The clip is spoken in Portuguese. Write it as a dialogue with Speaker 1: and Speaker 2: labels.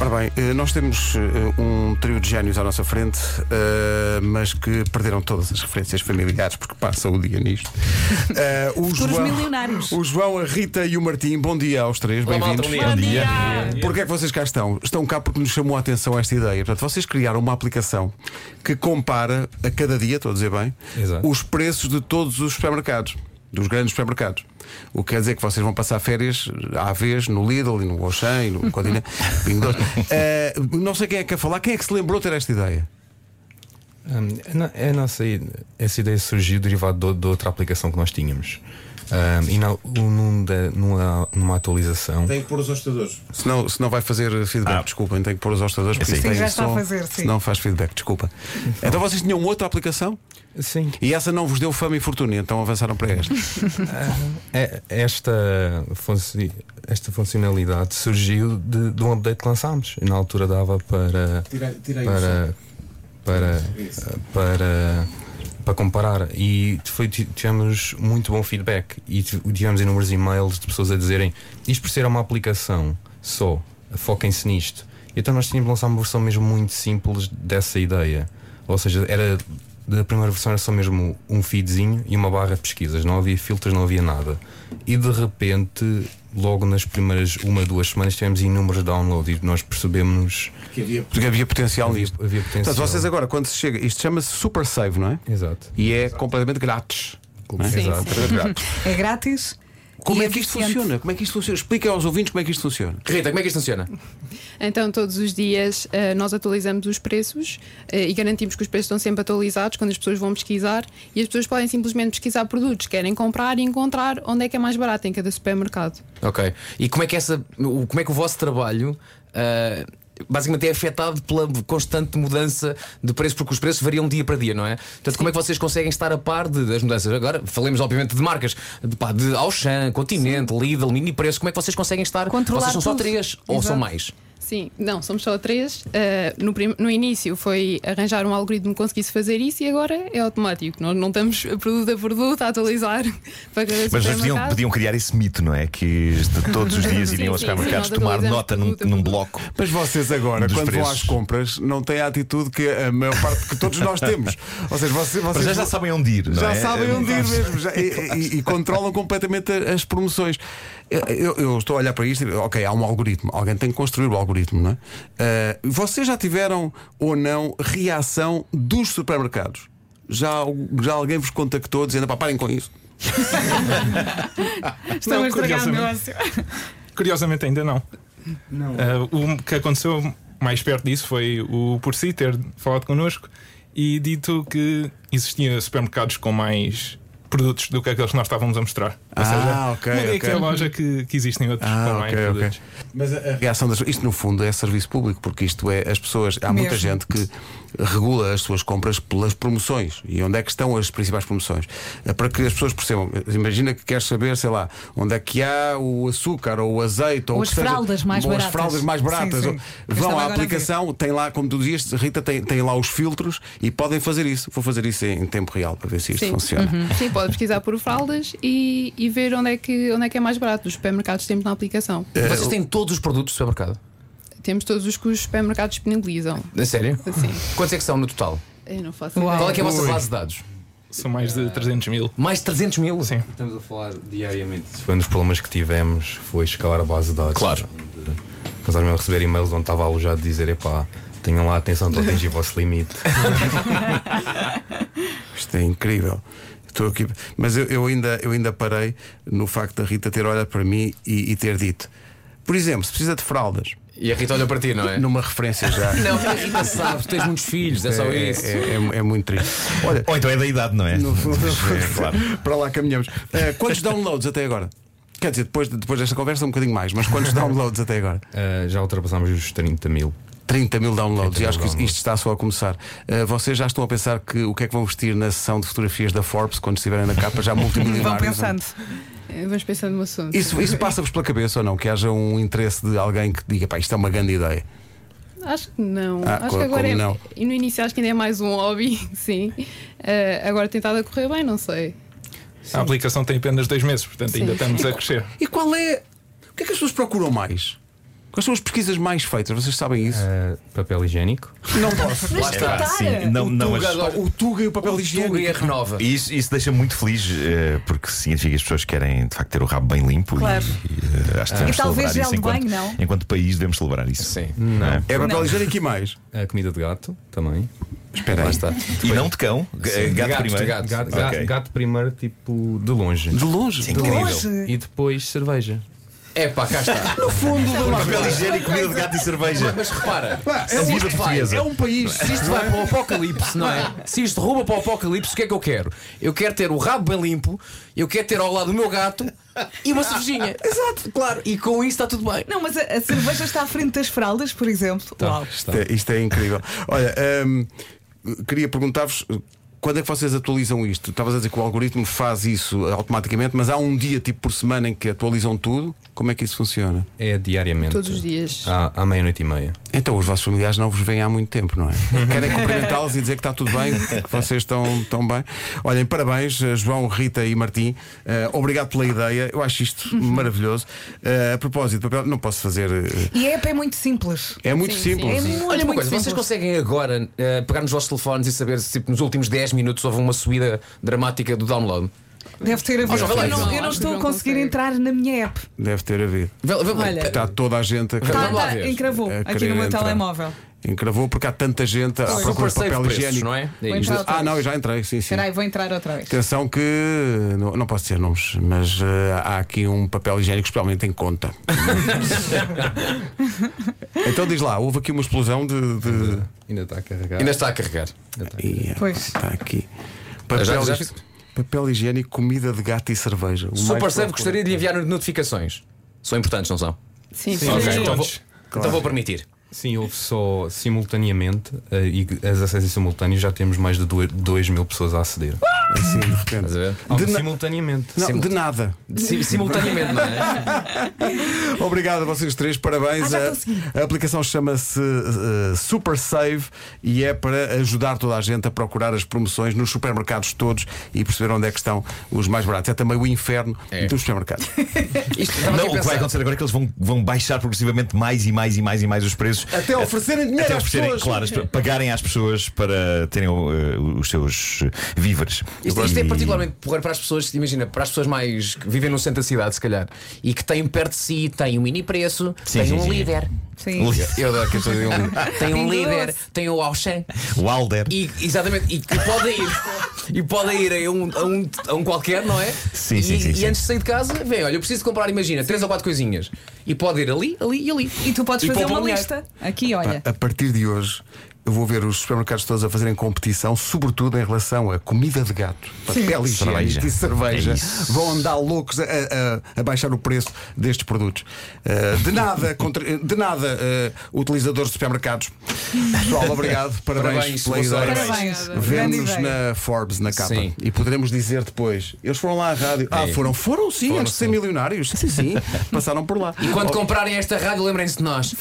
Speaker 1: Ora bem, eh, nós temos eh, um trio de génios à nossa frente, eh, mas que perderam todas as referências familiares porque passam o dia nisto. Eh, o
Speaker 2: Futuros milionários.
Speaker 1: O João, a Rita e o Martim, bom dia aos três, bem-vindos.
Speaker 3: malta, bom dia.
Speaker 2: Bom
Speaker 1: Porquê é que vocês cá estão? Estão cá porque nos chamou a atenção esta ideia. Portanto, vocês criaram uma aplicação que compara a cada dia, estou a dizer bem,
Speaker 3: Exato.
Speaker 1: os preços de todos os supermercados, dos grandes supermercados. O que quer dizer que vocês vão passar férias à vez no Lidl e no Auchan e no Codina. Pingo Doce. Eh, não sei quem é que a falar, quem é que se lembrou de ter esta ideia?
Speaker 3: Hum, é no- é a nossa ide- essa ideia surgiu derivado do- de outra aplicação que nós tínhamos. Hum, e na, um- num da- numa, numa atualização.
Speaker 4: Tem que pôr os hostadores.
Speaker 1: Senão, senão vai fazer feedback,
Speaker 3: Ah.
Speaker 1: desculpem, tenho que pôr os hostadores porque
Speaker 3: Sim,
Speaker 1: isto tem
Speaker 2: já está a
Speaker 1: som,
Speaker 2: fazer, sim.
Speaker 1: Senão faz feedback, desculpa. Então vocês tinham outra aplicação
Speaker 3: Sim.
Speaker 1: e essa não vos deu fama e fortuna, então avançaram para esta.
Speaker 3: É- Esta, funci- esta funcionalidade surgiu de, de um update que lançámos. Na altura dava para.
Speaker 4: Tira, tira
Speaker 3: para. para. para. para comparar. E foi, ti- tivemos muito bom feedback. E ti- tivemos inúmeros e-mails de pessoas a dizerem: isto por ser uma aplicação só, foquem-se nisto. E então nós tínhamos lançado uma versão mesmo muito simples dessa ideia. Ou seja, era. Da primeira versão era só mesmo um feedzinho e uma barra de pesquisas, não havia filtros, não havia nada. E de repente, logo nas primeiras uma, duas semanas, tivemos inúmeros downloads e nós percebemos
Speaker 4: Que havia
Speaker 1: Porque havia potencial
Speaker 3: Havia-
Speaker 1: nisto.
Speaker 3: havia potencial.
Speaker 1: Portanto, vocês agora, quando se chega, isto chama-se Super Save, não é?
Speaker 3: Exato.
Speaker 1: E é completamente grátis. não é?
Speaker 3: Sim,
Speaker 1: Exato,
Speaker 3: sim.
Speaker 1: completamente grátis.
Speaker 2: É grátis.
Speaker 1: Como
Speaker 2: e
Speaker 1: é que isto
Speaker 2: eficiente.
Speaker 1: funciona? Como é que isto funciona? Explica aos ouvintes como é que isto funciona.
Speaker 5: Rita, como é que isto funciona?
Speaker 6: Então, todos os dias eh, nós atualizamos os preços eh, e garantimos que os preços estão sempre atualizados quando as pessoas vão pesquisar e as pessoas podem simplesmente pesquisar produtos, que querem comprar e encontrar onde é que é mais barato em cada supermercado.
Speaker 5: Ok. E como é que, essa, o, como é que o vosso trabalho ah, basicamente é afetado pela constante mudança de preço, porque os preços variam dia para dia, não é? Portanto, como é que vocês conseguem estar a par de- das mudanças? Agora, falemos obviamente de marcas, de, pá, de Auchan, Continente, Lidl, Mini Preço, como é que vocês conseguem estar?
Speaker 2: Controlar
Speaker 5: vocês são só
Speaker 2: tudo.
Speaker 5: três ou são
Speaker 2: Exato.
Speaker 5: mais?
Speaker 6: Sim, não, somos só três. Eh, no, prim- no início foi arranjar um algoritmo que conseguisse fazer isso e agora é automático. Nós não estamos a produto a produto a atualizar para cada
Speaker 7: Mas eles podiam,
Speaker 6: supermercado.
Speaker 7: podiam criar esse mito, não é? Que de todos os dias
Speaker 6: Sim,
Speaker 7: iriam aos
Speaker 6: sim,
Speaker 7: supermercados
Speaker 6: sim, nós
Speaker 7: tomar
Speaker 6: atualizamos
Speaker 7: nota num,
Speaker 6: tudo,
Speaker 7: num
Speaker 6: tudo.
Speaker 7: bloco.
Speaker 1: Mas vocês agora,
Speaker 7: Dos
Speaker 1: quando vão às
Speaker 7: preços.
Speaker 1: compras, não têm a atitude que a maior parte que todos nós temos. Ou seja, vocês,
Speaker 7: Mas
Speaker 1: vocês
Speaker 7: já, já sabem onde ir, não
Speaker 1: já
Speaker 7: é?
Speaker 1: sabem onde ir mesmo já- e, e- e controlam completamente a- as promoções. Eu, eu- eu estou a olhar para isto e, ok, há um algoritmo, alguém tem que construir o algoritmo, não é? Ah, vocês já tiveram ou não reação dos supermercados? Já, al- já alguém vos contactou dizendo, pá, parem com isso?
Speaker 2: Estão a estragar o negócio.
Speaker 8: Curiosamente ainda não. Ah, o que aconteceu mais perto disso foi o Por si ter falado connosco e dito que existiam supermercados com mais produtos do que aqueles que nós estávamos a mostrar. Ou
Speaker 1: Ah,
Speaker 8: seja,
Speaker 1: ok,
Speaker 8: não diria
Speaker 1: ok.
Speaker 8: que é loja que, que existem outros com
Speaker 1: Ah,
Speaker 8: mais
Speaker 1: ok, ok.
Speaker 8: produtos.
Speaker 4: Mas a, a-
Speaker 1: reação das isto no fundo é serviço público porque isto é as pessoas há muita
Speaker 2: Mesmo.
Speaker 1: gente que regula as suas compras pelas promoções e onde é que estão as principais promoções Eh, para que as pessoas percebam Eh, imagina que queres saber sei lá onde é que há o açúcar ou o azeite ou,
Speaker 2: Ou
Speaker 1: o
Speaker 2: as
Speaker 1: que seja,
Speaker 2: fraldas mais
Speaker 1: ou as
Speaker 2: baratas.
Speaker 1: fraldas mais baratas
Speaker 2: Sim,
Speaker 1: Ou-
Speaker 2: sim. Eu
Speaker 1: vão à
Speaker 2: estava agora a ver.
Speaker 1: aplicação tem lá como tu dizias Rita tem, tem lá os filtros e podem fazer isso vou fazer isso em tempo real para ver se isto
Speaker 6: Sim.
Speaker 2: Uhum.
Speaker 1: funciona
Speaker 6: Sim, pode pesquisar por fraldas e, e ver onde é, que, onde é que é mais barato. Os supermercados temos na aplicação.
Speaker 5: Vocês têm todos os produtos do supermercado?
Speaker 6: Temos todos os que os supermercados disponibilizam.
Speaker 5: A sério?
Speaker 6: Assim,
Speaker 5: Quantos é que são no total?
Speaker 6: eu não faço
Speaker 2: Uau.
Speaker 6: ideia.
Speaker 5: Qual é que é a vossa base de dados?
Speaker 8: São mais de 300 mil.
Speaker 5: Mais de 300 mil?
Speaker 8: Sim.
Speaker 3: Estamos a falar diariamente. Foi um dos problemas que tivemos, foi escalar a base de dados.
Speaker 5: Claro.
Speaker 3: Nós mesmo a receber e-mails onde estava alojado dizer, epá, tenham lá atenção, estou a atingir o vosso limite.
Speaker 1: Isto é incrível. Estou aqui, mas eu, eu ainda, eu ainda parei no facto da Rita ter olhado para mim e, e ter dito. Por exemplo, se precisa de fraldas,
Speaker 5: E a Rita olha para ti, não é?
Speaker 1: numa referência já.
Speaker 5: Não, a Rita sabe, tu tens muitos filhos, é só
Speaker 1: é,
Speaker 5: isso.
Speaker 1: é- é- é muito triste. Olha,
Speaker 7: Ou então é da idade, não é?
Speaker 1: no fundo,
Speaker 7: É, claro.
Speaker 1: para lá caminhamos. Eh, quantos downloads até agora? Quer dizer, depois, depois desta conversa, um bocadinho mais, mas quantos downloads até agora?
Speaker 3: Ah, já ultrapassámos os 30 mil.
Speaker 1: 30 mil downloads,
Speaker 3: 30
Speaker 1: e
Speaker 3: mil
Speaker 1: acho que isto-
Speaker 3: downloads.
Speaker 1: isto está só a começar. Eh, vocês já estão a pensar que o que é que vão vestir na sessão de fotografias da Forbes quando estiverem na capa já multimilionários?
Speaker 2: Vão
Speaker 1: não é?
Speaker 2: pensando.
Speaker 6: Eh, Vamos pensando no assunto.
Speaker 1: Isso, isso passa-vos pela cabeça ou não? Que haja um interesse de alguém que diga, pá, isto é uma grande ideia.
Speaker 6: Acho que não.
Speaker 1: Ah,
Speaker 6: acho
Speaker 1: co-
Speaker 6: que agora
Speaker 1: como
Speaker 6: é.
Speaker 1: não?
Speaker 6: E no início acho que ainda é mais um hobby, sim. Eh, agora tentado a correr bem, não sei.
Speaker 8: A aplicação tem apenas dois meses, portanto ainda estamos a crescer.
Speaker 1: E qual é. O que é que as pessoas procuram mais? Quais são as pesquisas mais feitas? Vocês sabem isso?
Speaker 3: Ah, papel higiênico.
Speaker 1: Não posso.
Speaker 2: Mas
Speaker 7: É pá,
Speaker 2: tentar.
Speaker 7: sim, não,
Speaker 1: Então,
Speaker 7: não, mas-
Speaker 5: Tuga agora.
Speaker 1: O Tuga e o papel higiênico.
Speaker 5: Tuga e a renova.
Speaker 7: E Isso, isso deixa muito feliz, eh, porque significa que as pessoas querem de facto ter o rabo bem limpo e-
Speaker 2: Claro.
Speaker 7: e, eh, acho que devemos
Speaker 2: E talvez
Speaker 7: celebrar
Speaker 2: gel
Speaker 7: isso
Speaker 2: de
Speaker 7: enquanto,
Speaker 2: banho, não?
Speaker 7: enquanto país devemos celebrar isso.
Speaker 5: Sim.
Speaker 7: Não é?
Speaker 1: É papel higiênico e mais.
Speaker 3: A comida de gato também.
Speaker 1: Espera
Speaker 5: Lá
Speaker 1: aí.
Speaker 5: está.
Speaker 7: E não um de cão, g-
Speaker 5: Sim,
Speaker 7: gato
Speaker 5: gatos,
Speaker 7: primeiro.
Speaker 5: gato.
Speaker 3: Gato,
Speaker 7: Ok.
Speaker 3: gato- gato primeiro, tipo de longe.
Speaker 1: De longe.
Speaker 7: Sim,
Speaker 1: De
Speaker 7: incrível.
Speaker 1: longe.
Speaker 2: Hoje.
Speaker 3: E depois cerveja.
Speaker 5: É pá, cá está.
Speaker 1: No fundo da nossa-
Speaker 7: Papel higiênico, comida de gato e cerveja.
Speaker 5: Mas repara,
Speaker 1: Pá, é,
Speaker 5: se
Speaker 1: um,
Speaker 5: isto vai,
Speaker 7: portuguesa.
Speaker 1: é um país.
Speaker 5: se isto vai para o apocalipse, não é? Se isto rouba para o apocalipse, o que é que eu quero? Eu quero ter o rabo bem limpo, eu quero ter ao lado o meu gato e uma cervejinha. Exato, claro. E com isso está tudo bem.
Speaker 2: Não, mas a, a cerveja está à frente das fraldas, por exemplo.
Speaker 5: Tá.
Speaker 2: Uau.
Speaker 3: Está.
Speaker 1: Isto é, isto é incrível. Olha, hum, queria perguntar-vos. Quando é que vocês atualizam isto? Estavas a dizer que o algoritmo faz isso automaticamente, mas há um dia tipo por semana em que atualizam tudo. Como é que isso funciona?
Speaker 3: É diariamente.
Speaker 6: Todos os dias.
Speaker 3: À, à meia-noite e meia.
Speaker 1: Então os vossos familiares não vos veem há muito tempo, não é? Querem cumprimentá-los e dizer que está tudo bem, que vocês estão tão bem. Olhem, parabéns, eh, João, Rita e Martim. Eh, obrigado pela ideia. Eu acho isto maravilhoso. Eh, a propósito, papel, não posso fazer. eh,
Speaker 2: E a app é muito simples.
Speaker 1: É muito
Speaker 6: Sim, sim.
Speaker 1: simples.
Speaker 2: É muito,
Speaker 5: Olha uma
Speaker 2: muito
Speaker 5: coisa,
Speaker 2: simples.
Speaker 5: vocês conseguem agora eh, pegar nos vossos telefones e saber se tipo, nos últimos 10 minutos houve uma subida dramática do download?
Speaker 2: Deve ter a ver.
Speaker 5: Olha,
Speaker 2: eu,
Speaker 5: olha,
Speaker 2: não, eu não
Speaker 6: acho que
Speaker 2: estou a
Speaker 6: não
Speaker 2: conseguir
Speaker 6: consegue.
Speaker 2: entrar na minha app.
Speaker 1: Deve ter havido.
Speaker 5: Vê- vê-
Speaker 2: Olha.
Speaker 1: Está toda a gente a
Speaker 2: Tá,
Speaker 5: Vamos lá
Speaker 2: tá,
Speaker 5: ver.
Speaker 2: encravou
Speaker 1: É,
Speaker 2: aqui
Speaker 1: querer
Speaker 2: no meu
Speaker 1: entrar.
Speaker 2: telemóvel.
Speaker 1: Encravou porque há tanta gente à tá, procura
Speaker 5: Super
Speaker 1: de
Speaker 5: safe
Speaker 1: papel
Speaker 5: preços,
Speaker 1: higiênico.
Speaker 5: não é? É
Speaker 2: Pois
Speaker 5: isto.
Speaker 2: é.
Speaker 1: Ah, não, eu já entrei, sim, sim.
Speaker 2: Espera aí, vou entrar outra vez.
Speaker 1: Atenção que não, não posso dizer nomes, mas eh, há aqui um papel higiênico especialmente em conta. então diz lá, houve aqui uma explosão de. de-
Speaker 3: Ainda está a carregar.
Speaker 5: Ainda está a carregar.
Speaker 1: Ih,
Speaker 2: Pois.
Speaker 1: Está aqui. Papel,
Speaker 5: Já- já-
Speaker 1: higi- papel higiênico, comida de gato e cerveja. O
Speaker 5: Super
Speaker 1: mais
Speaker 5: Safe
Speaker 1: procurado.
Speaker 5: gostaria de lhe enviar notificações. São importantes, não são?
Speaker 6: Sim, sim.
Speaker 8: Sim,
Speaker 5: Ok,
Speaker 8: sim.
Speaker 5: então vou,
Speaker 8: Todos.
Speaker 5: então vou permitir.
Speaker 3: Sim, houve só simultaneamente eh, e as acessas simultâneas já temos mais de 2 mil pessoas a aceder.
Speaker 1: Assim, de
Speaker 5: Estás
Speaker 1: repente.
Speaker 5: a ver? assim,
Speaker 3: Algo
Speaker 1: na-
Speaker 3: simultaneamente.
Speaker 1: Não, de nada.
Speaker 5: Sim, Simultaneamente, não é?
Speaker 1: Obrigado a vocês três, parabéns.
Speaker 2: Ah, já
Speaker 1: A-
Speaker 2: consegui.
Speaker 1: a, aplicação chama-se eh, Super Save e é para ajudar toda a gente a procurar as promoções nos supermercados todos e perceber onde é que estão os mais baratos. É também o inferno
Speaker 5: É.
Speaker 1: dos supermercados.
Speaker 5: Isto estava
Speaker 7: Não,
Speaker 5: aqui a
Speaker 7: o que vai
Speaker 5: pensar.
Speaker 7: acontecer agora é que eles vão, vão baixar progressivamente mais e mais e mais e mais os preços.
Speaker 1: Até oferecerem dinheiro
Speaker 7: Até
Speaker 1: às
Speaker 7: oferecerem,
Speaker 1: pessoas.
Speaker 7: claro, as pe- pagarem às pessoas para terem uh, os seus víveres.
Speaker 5: Isto, isto é
Speaker 7: E-
Speaker 5: particularmente porreiro para as pessoas, imagina, para as pessoas mais que vivem no centro da cidade, se calhar, e que têm perto de si, tem um mini preço,
Speaker 7: Sim,
Speaker 5: tem
Speaker 7: sim,
Speaker 5: um
Speaker 7: sim.
Speaker 5: líder.
Speaker 2: Sim.
Speaker 7: O-
Speaker 5: Eu adoro que as pessoas digam líder. Tem um
Speaker 2: Pingo
Speaker 5: líder,
Speaker 2: doce.
Speaker 5: tem o Auchan.
Speaker 7: O Alder.
Speaker 5: E, exatamente, e que podem ir, e podem ir a um, a um, a um qualquer, não é?
Speaker 7: Sim,
Speaker 5: e,
Speaker 7: sim, sim,
Speaker 5: E
Speaker 7: sim.
Speaker 5: antes de sair de casa, vem, olha, eu preciso de comprar, imagina, três ou quatro coisinhas. E pode ir ali, ali e ali.
Speaker 2: E tu podes
Speaker 5: E
Speaker 2: fazer
Speaker 5: poupa
Speaker 2: uma
Speaker 5: dinheiro.
Speaker 2: lista. Aqui, olha.
Speaker 1: A partir de hoje, eu vou ver os supermercados todos a fazerem competição, sobretudo em relação a comida de gato, papel higiênico
Speaker 7: Cerveja.
Speaker 1: e cerveja.
Speaker 7: É isso.
Speaker 1: Vão andar loucos a, a- a baixar o preço destes produtos. Eh, de nada, contra- de nada eh, utilizadores de supermercados. Pessoal, obrigado. Parabéns,
Speaker 5: Parabéns,
Speaker 1: pela
Speaker 5: boa
Speaker 1: ideia.
Speaker 5: sorte.
Speaker 2: Parabéns. Grande
Speaker 1: Vemos
Speaker 2: ideia.
Speaker 1: na Forbes, na capa.
Speaker 5: Sim.
Speaker 1: E poderemos dizer depois: eles foram lá à rádio. Ah, foram? Foram sim, antes de ser milionários. Sim, sim. Passaram por lá.
Speaker 5: E quando comprarem esta rádio, lembrem-se de nós.